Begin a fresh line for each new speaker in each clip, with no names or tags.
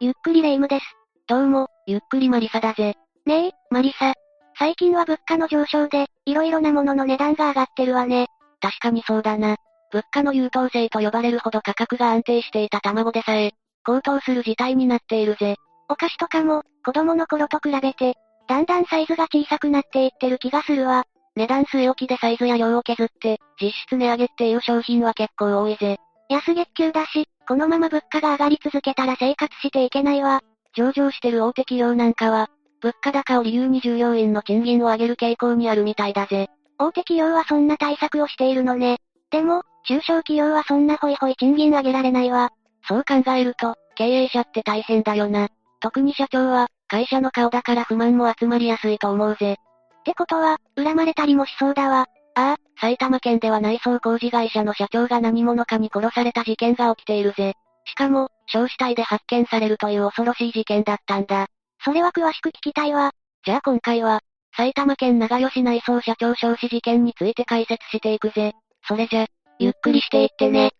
ゆっくりレ夢ムです。
どうも、ゆっくりマリサだぜ。
ねえ、マリサ。最近は物価の上昇で、いろいろなものの値段が上がってるわね。
確かにそうだな。物価の優等生と呼ばれるほど価格が安定していた卵でさえ、高騰する事態になっているぜ。
お菓子とかも、子供の頃と比べて、だんだんサイズが小さくなっていってる気がするわ。
値段据え置きでサイズや量を削って、実質値上げっていう商品は結構多いぜ。
安月給だし、このまま物価が上がり続けたら生活していけないわ。
上場してる大手企業なんかは、物価高を理由に従業員の賃金を上げる傾向にあるみたいだぜ。
大手企業はそんな対策をしているのね。でも、中小企業はそんなホイホイ賃金上げられないわ。
そう考えると、経営者って大変だよな。特に社長は、会社の顔だから不満も集まりやすいと思うぜ。
ってことは、恨まれたりもしそうだわ。
ああ、埼玉県では内装工事会社の社長が何者かに殺された事件が起きているぜ。しかも、焼死体で発見されるという恐ろしい事件だったんだ。
それは詳しく聞きたいわ。
じゃあ今回は、埼玉県長吉内装社長焼死事件について解説していくぜ。それじゃ、ゆっくりしていってね。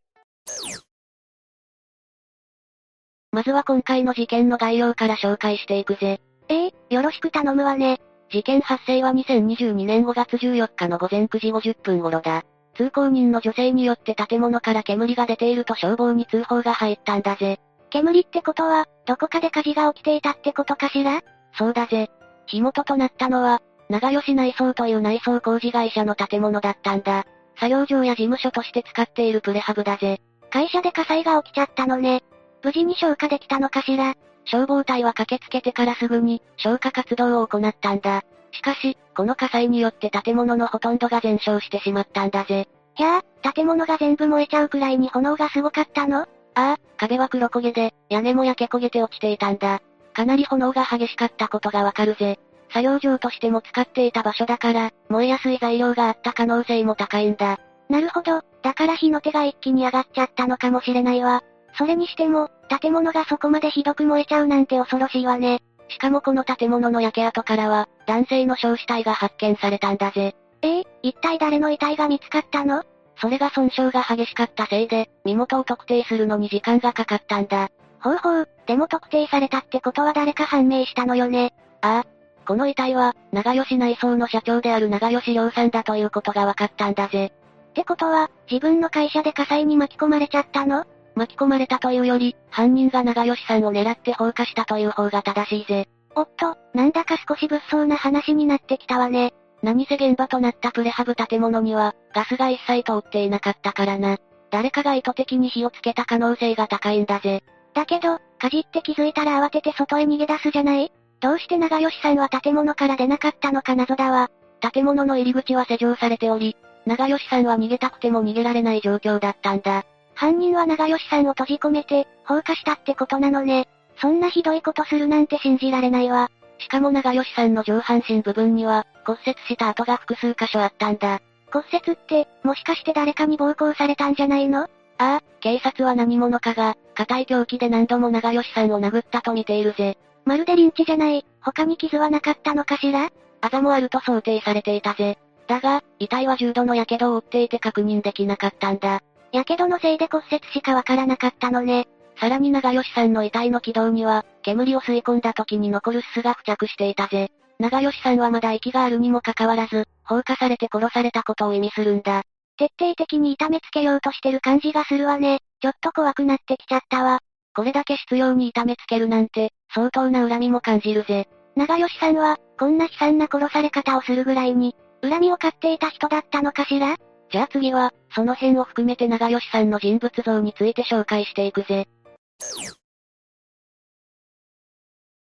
まずは今回の事件の概要から紹介していくぜ。
ええー、よろしく頼むわね。
事件発生は2022年5月14日の午前9時50分頃だ。通行人の女性によって建物から煙が出ていると消防に通報が入ったんだぜ。
煙ってことは、どこかで火事が起きていたってことかしら
そうだぜ。火元となったのは、長吉内装という内装工事会社の建物だったんだ。作業場や事務所として使っているプレハブだぜ。
会社で火災が起きちゃったのね。無事に消火できたのかしら
消防隊は駆けつけてからすぐに、消火活動を行ったんだ。しかし、この火災によって建物のほとんどが全焼してしまったんだぜ。
ひゃあ、建物が全部燃えちゃうくらいに炎がすごかったのあ
あ、壁は黒焦げで、屋根も焼け焦げて落ちていたんだ。かなり炎が激しかったことがわかるぜ。作業場としても使っていた場所だから、燃えやすい材料があった可能性も高いんだ。
なるほど、だから火の手が一気に上がっちゃったのかもしれないわ。それにしても、建物がそこまでひどく燃えちゃうなんて恐ろしいわね。
しかもこの建物の焼け跡からは、男性の焼死体が発見されたんだぜ。
ええー、一体誰の遺体が見つかったの
それが損傷が激しかったせいで、身元を特定するのに時間がかかったんだ。
ほうほう、でも特定されたってことは誰か判明したのよね。
ああ。この遺体は、長吉内装の社長である長吉良さんだということが分かったんだぜ。
ってことは、自分の会社で火災に巻き込まれちゃったの
巻き込まれたというより、犯人が長吉さんを狙って放火したという方が正しいぜ。
おっと、なんだか少し物騒な話になってきたわね。
何せ現場となったプレハブ建物には、ガスが一切通っていなかったからな。誰かが意図的に火をつけた可能性が高いんだぜ。
だけど、火事って気づいたら慌てて外へ逃げ出すじゃないどうして長吉さんは建物から出なかったのか謎だわ。
建物の入り口は施錠されており、長吉さんは逃げたくても逃げられない状況だったんだ。
犯人は長吉さんを閉じ込めて、放火したってことなのね。そんなひどいことするなんて信じられないわ。
しかも長吉さんの上半身部分には、骨折した跡が複数箇所あったんだ。
骨折って、もしかして誰かに暴行されたんじゃないのあ
あ、警察は何者かが、硬い凶器で何度も長吉さんを殴ったと見ているぜ。
まるでリンチじゃない、他に傷はなかったのかしら
あざもあると想定されていたぜ。だが、遺体は重度の火傷を負っていて確認できなかったんだ。
やけどのせいで骨折しかわからなかったのね。
さらに長吉さんの遺体の軌道には、煙を吸い込んだ時に残るすすが付着していたぜ。長吉さんはまだ息があるにもかかわらず、放火されて殺されたことを意味するんだ。
徹底的に痛めつけようとしてる感じがするわね。ちょっと怖くなってきちゃったわ。
これだけ執拗に痛めつけるなんて、相当な恨みも感じるぜ。
長吉さんは、こんな悲惨な殺され方をするぐらいに、恨みを買っていた人だったのかしら
じゃあ次は、その辺を含めて長吉さんの人物像について紹介していくぜ。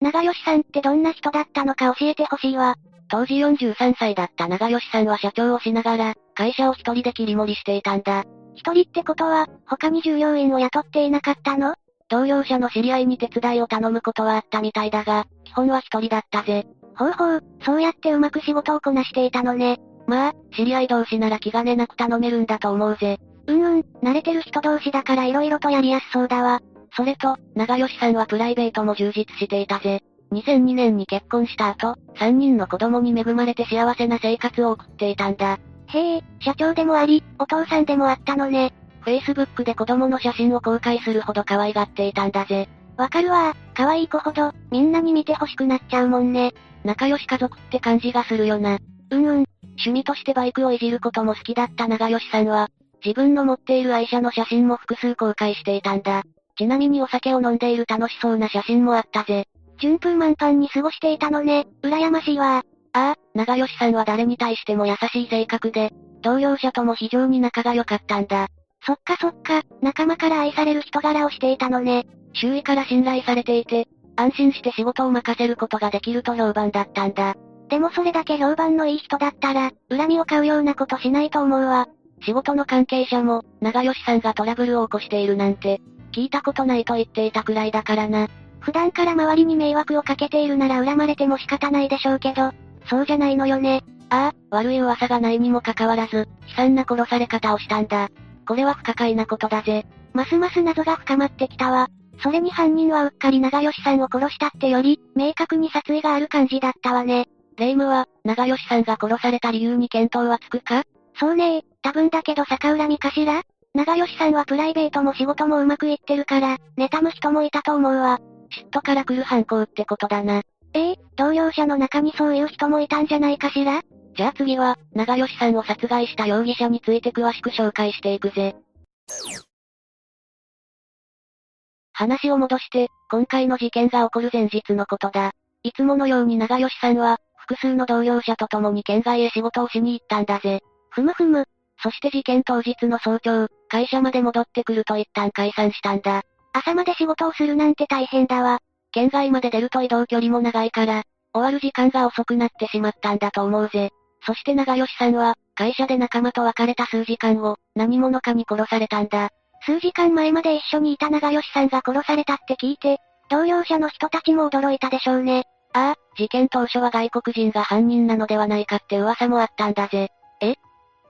長吉さんってどんな人だったのか教えてほしいわ。
当時43歳だった長吉さんは社長をしながら、会社を一人で切り盛りしていたんだ。
一人ってことは、他に従業員を雇っていなかったの
同業者の知り合いに手伝いを頼むことはあったみたいだが、基本は一人だったぜ。
ほうほう、そうやってうまく仕事をこなしていたのね。
まあ、知り合い同士なら気兼ねなく頼めるんだと思うぜ。
うんうん、慣れてる人同士だから色々とやりやすそうだわ。
それと、長吉さんはプライベートも充実していたぜ。2002年に結婚した後、3人の子供に恵まれて幸せな生活を送っていたんだ。
へえ、社長でもあり、お父さんでもあったのね。
Facebook で子供の写真を公開するほど可愛がっていたんだぜ。
わかるわー、可愛い子ほど、みんなに見て欲しくなっちゃうもんね。
仲良し家族って感じがするよな。
うんうん、
趣味としてバイクをいじることも好きだった長吉さんは、自分の持っている愛車の写真も複数公開していたんだ。ちなみにお酒を飲んでいる楽しそうな写真もあったぜ。
順風満帆に過ごしていたのね、羨ましいわ
ああ、長吉さんは誰に対しても優しい性格で、同僚者とも非常に仲が良かったんだ。
そっかそっか、仲間から愛される人柄をしていたのね。
周囲から信頼されていて、安心して仕事を任せることができると評判だったんだ。
でもそれだけ評判のいい人だったら、恨みを買うようなことしないと思うわ。
仕事の関係者も、長吉さんがトラブルを起こしているなんて、聞いたことないと言っていたくらいだからな。
普段から周りに迷惑をかけているなら恨まれても仕方ないでしょうけど、そうじゃないのよね。
ああ、悪い噂がないにもかかわらず、悲惨な殺され方をしたんだ。これは不可解なことだぜ。
ますます謎が深まってきたわ。それに犯人はうっかり長吉さんを殺したってより、明確に殺意がある感じだったわね。
霊夢は、長吉さんが殺された理由に見当はつくか
そうねえ、多分だけど逆恨みかしら長吉さんはプライベートも仕事もうまくいってるから、妬む人もいたと思うわ。
嫉妬から来る犯行ってことだな。
ええ、同僚者の中にそういう人もいたんじゃないかしら
じゃあ次は、長吉さんを殺害した容疑者について詳しく紹介していくぜ。話を戻して、今回の事件が起こる前日のことだ。いつものように長吉さんは、複数の同僚者と共に県外へ仕事をしに行ったんだぜ。
ふむふむ。
そして事件当日の早朝、会社まで戻ってくると一旦解散したんだ。
朝まで仕事をするなんて大変だわ。
県外まで出ると移動距離も長いから、終わる時間が遅くなってしまったんだと思うぜ。そして長吉さんは、会社で仲間と別れた数時間後、何者かに殺されたんだ。
数時間前まで一緒にいた長吉さんが殺されたって聞いて、同僚者の人たちも驚いたでしょうね。
ああ、事件当初は外国人が犯人なのではないかって噂もあったんだぜ。
え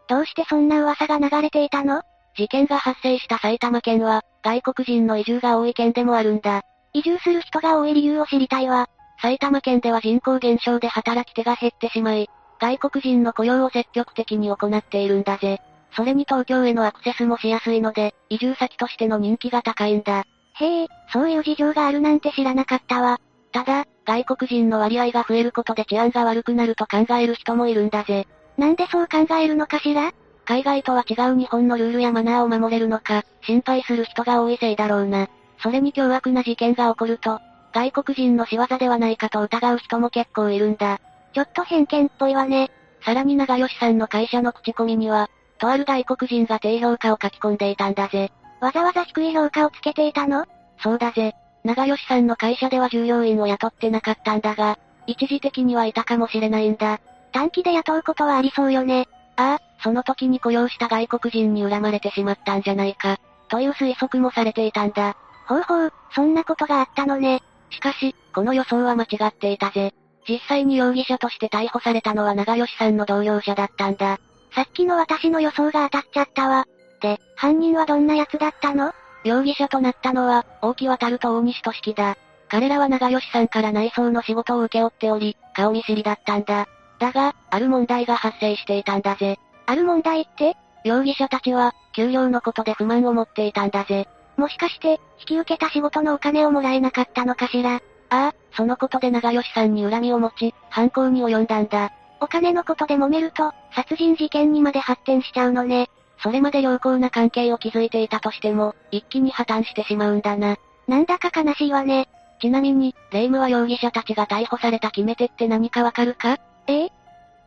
どうしてそんな噂が流れていたの
事件が発生した埼玉県は、外国人の移住が多い県でもあるんだ。
移住する人が多い理由を知りたいわ。
埼玉県では人口減少で働き手が減ってしまい、外国人の雇用を積極的に行っているんだぜ。それに東京へのアクセスもしやすいので、移住先としての人気が高いんだ。
へえ、そういう事情があるなんて知らなかったわ。
ただ、外国人の割合が増えることで治安が悪くなると考える人もいるんだぜ。
なんでそう考えるのかしら
海外とは違う日本のルールやマナーを守れるのか、心配する人が多いせいだろうな。それに凶悪な事件が起こると、外国人の仕業ではないかと疑う人も結構いるんだ。
ちょっと偏見っぽいわね。
さらに長吉さんの会社の口コミには、とある外国人が低評価を書き込んでいたんだぜ。
わざわざ低い評価をつけていたの
そうだぜ。長吉さんの会社では従業員を雇ってなかったんだが、一時的にはいたかもしれないんだ。
短期で雇うことはありそうよね。
ああ、その時に雇用した外国人に恨まれてしまったんじゃないか、という推測もされていたんだ。
ほうほう、そんなことがあったのね。
しかし、この予想は間違っていたぜ。実際に容疑者として逮捕されたのは長吉さんの同僚者だったんだ。
さっきの私の予想が当たっちゃったわ。で、犯人はどんな奴だったの
容疑者となったのは、大木渡ると大西俊樹だ。彼らは長吉さんから内装の仕事を請け負っており、顔見知りだったんだ。だが、ある問題が発生していたんだぜ。
ある問題って
容疑者たちは、給料のことで不満を持っていたんだぜ。
もしかして、引き受けた仕事のお金をもらえなかったのかしら。
ああ、そのことで長吉さんに恨みを持ち、犯行に及んだんだ。
お金のことで揉めると、殺人事件にまで発展しちゃうのね。
それまで良好な関係を築いていたとしても、一気に破綻してしまうんだな。
なんだか悲しいわね。
ちなみに、霊夢は容疑者たちが逮捕された決め手って何かわかるか
ええ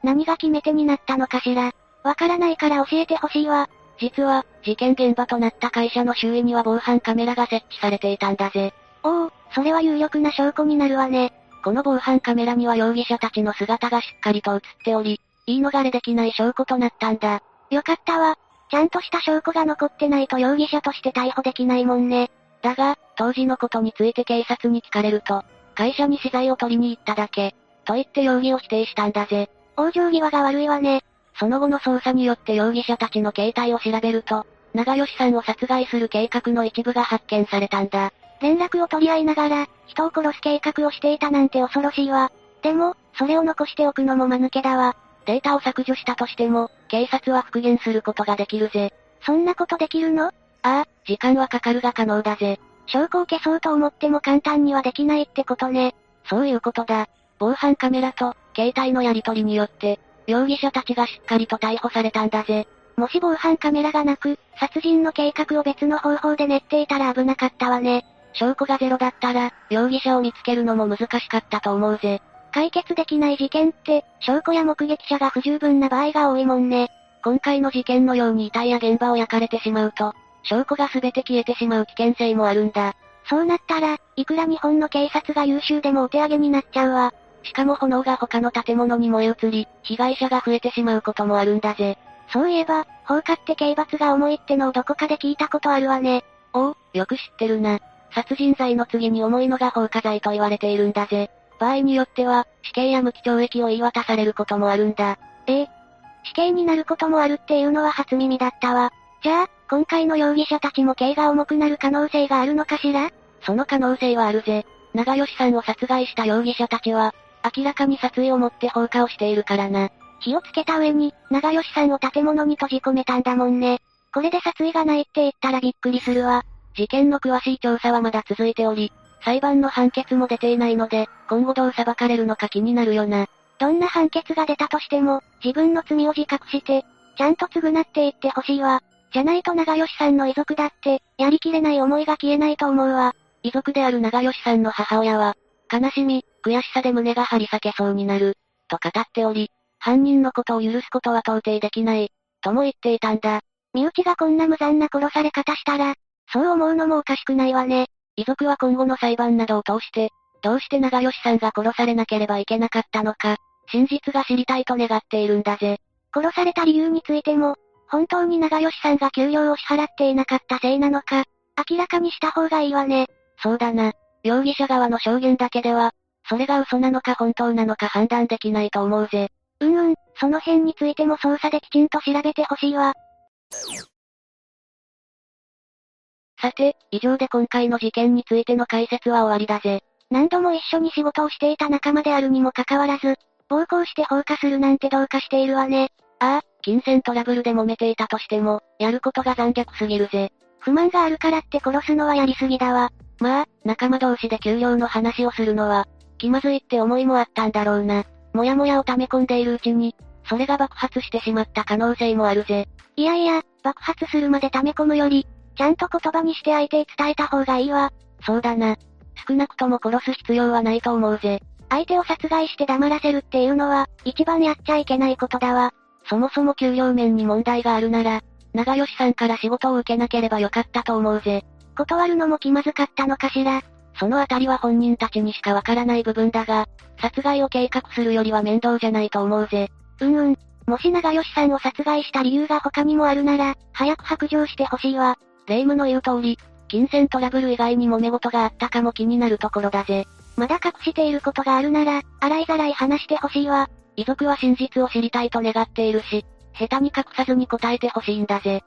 何が決め手になったのかしら。わからないから教えてほしいわ。
実は、事件現場となった会社の周囲には防犯カメラが設置されていたんだぜ。
おお、それは有力な証拠になるわね。
この防犯カメラには容疑者たちの姿がしっかりと映っており、言い逃れできない証拠となったんだ。
よかったわ。ちゃんとした証拠が残ってないと容疑者として逮捕できないもんね。
だが、当時のことについて警察に聞かれると、会社に資材を取りに行っただけ、と言って容疑を否定したんだぜ。
往生際が悪いわね。
その後の捜査によって容疑者たちの携帯を調べると、長吉さんを殺害する計画の一部が発見されたんだ。
連絡を取り合いながら、人を殺す計画をしていたなんて恐ろしいわ。でも、それを残しておくのも間抜けだわ。
データを削除したとしても、警察は復元することができるぜ。
そんなことできるの
ああ、時間はかかるが可能だぜ。
証拠を消そうと思っても簡単にはできないってことね。
そういうことだ。防犯カメラと、携帯のやり取りによって、容疑者たちがしっかりと逮捕されたんだぜ。
もし防犯カメラがなく、殺人の計画を別の方法で練っていたら危なかったわね。
証拠がゼロだったら、容疑者を見つけるのも難しかったと思うぜ。
解決できない事件って、証拠や目撃者が不十分な場合が多いもんね。
今回の事件のように遺体や現場を焼かれてしまうと、証拠が全て消えてしまう危険性もあるんだ。
そうなったら、いくら日本の警察が優秀でもお手上げになっちゃうわ。
しかも炎が他の建物に燃え移り、被害者が増えてしまうこともあるんだぜ。
そういえば、放火って刑罰が重いってのをどこかで聞いたことあるわね。
おお、よく知ってるな。殺人罪の次に重いのが放火罪と言われているんだぜ。場合によっては、死刑や無期懲役を言い渡されることもあるんだ。
ええ、死刑になることもあるっていうのは初耳だったわ。じゃあ、今回の容疑者たちも刑が重くなる可能性があるのかしら
その可能性はあるぜ。長吉さんを殺害した容疑者たちは、明らかに殺意を持って放火をしているからな。
火をつけた上に、長吉さんを建物に閉じ込めたんだもんね。これで殺意がないって言ったらびっくりするわ。
事件の詳しい調査はまだ続いており、裁判の判決も出ていないので、今後どう裁かれるのか気になるよな。
どんな判決が出たとしても、自分の罪を自覚して、ちゃんと償っていってほしいわ。じゃないと長吉さんの遺族だって、やりきれない思いが消えないと思うわ。
遺族である長吉さんの母親は、悲しみ、悔しさで胸が張り裂けそうになる、と語っており、犯人のことを許すことは到底できない、とも言っていたんだ。
身内がこんな無残な殺され方したら、そう思うのもおかしくないわね。
遺族は今後の裁判などを通して、どうして長吉さんが殺されなければいけなかったのか、真実が知りたいと願っているんだぜ。
殺された理由についても、本当に長吉さんが給料を支払っていなかったせいなのか、明らかにした方がいいわね。
そうだな。容疑者側の証言だけでは、それが嘘なのか本当なのか判断できないと思うぜ。
うんうん、その辺についても捜査できちんと調べてほしいわ。
さて、以上で今回の事件についての解説は終わりだぜ。
何度も一緒に仕事をしていた仲間であるにもかかわらず、暴行して放火するなんてどうかしているわね。
ああ、金銭トラブルで揉めていたとしても、やることが残虐すぎるぜ。
不満があるからって殺すのはやりすぎだわ。
まあ、仲間同士で給料の話をするのは、気まずいって思いもあったんだろうな。もやもやを溜め込んでいるうちに、それが爆発してしまった可能性もあるぜ。
いやいや、爆発するまで溜め込むより、ちゃんと言葉にして相手へ伝えた方がいいわ。
そうだな。少なくとも殺す必要はないと思うぜ。
相手を殺害して黙らせるっていうのは、一番やっちゃいけないことだわ。
そもそも給料面に問題があるなら、長吉さんから仕事を受けなければよかったと思うぜ。
断るのも気まずかったのかしら。
そのあたりは本人たちにしかわからない部分だが、殺害を計画するよりは面倒じゃないと思うぜ。
うんうん。もし長吉さんを殺害した理由が他にもあるなら、早く白状してほしいわ。
霊夢の言う通り、金銭トラブル以外にもめ事があったかも気になるところだぜ。
まだ隠していることがあるなら、洗いざらい話してほしいわ。
遺族は真実を知りたいと願っているし、下手に隠さずに答えてほしいんだぜ。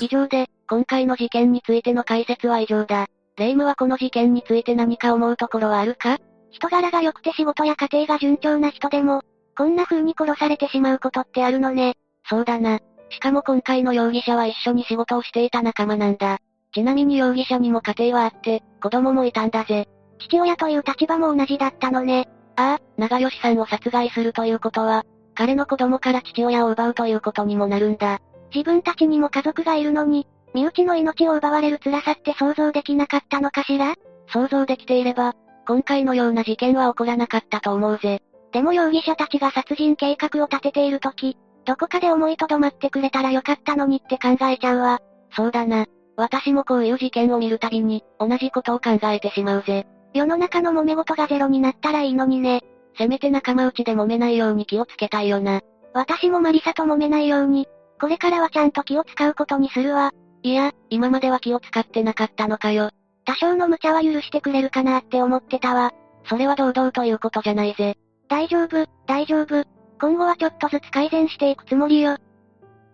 以上で、今回の事件についての解説は以上だ。霊夢はこの事件について何か思うところはあるか
人柄が良くて仕事や家庭が順調な人でも、こんな風に殺されてしまうことってあるのね。
そうだな。しかも今回の容疑者は一緒に仕事をしていた仲間なんだ。ちなみに容疑者にも家庭はあって、子供もいたんだぜ。
父親という立場も同じだったのね。
ああ、長吉さんを殺害するということは、彼の子供から父親を奪うということにもなるんだ。
自分たちにも家族がいるのに、身内の命を奪われる辛さって想像できなかったのかしら
想像できていれば、今回のような事件は起こらなかったと思うぜ。
でも容疑者たちが殺人計画を立てている時、どこかで思いとどまってくれたらよかったのにって考えちゃうわ。
そうだな。私もこういう事件を見るたびに、同じことを考えてしまうぜ。
世の中の揉め事がゼロになったらいいのにね。
せめて仲間内で揉めないように気をつけたいよな。
私もマリサと揉めないように、これからはちゃんと気を使うことにするわ。
いや、今までは気を使ってなかったのかよ。
多少の無茶は許してくれるかなって思ってたわ。
それは堂々ということじゃないぜ。
大丈夫、大丈夫。今後はちょっとずつ改善していくつもりよ。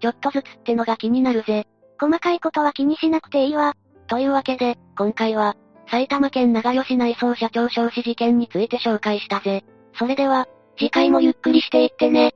ちょっとずつってのが気になるぜ。
細かいことは気にしなくていいわ。
というわけで、今回は、埼玉県長吉内装社長少子事件について紹介したぜ。それでは、
次回もゆっくりしていってね。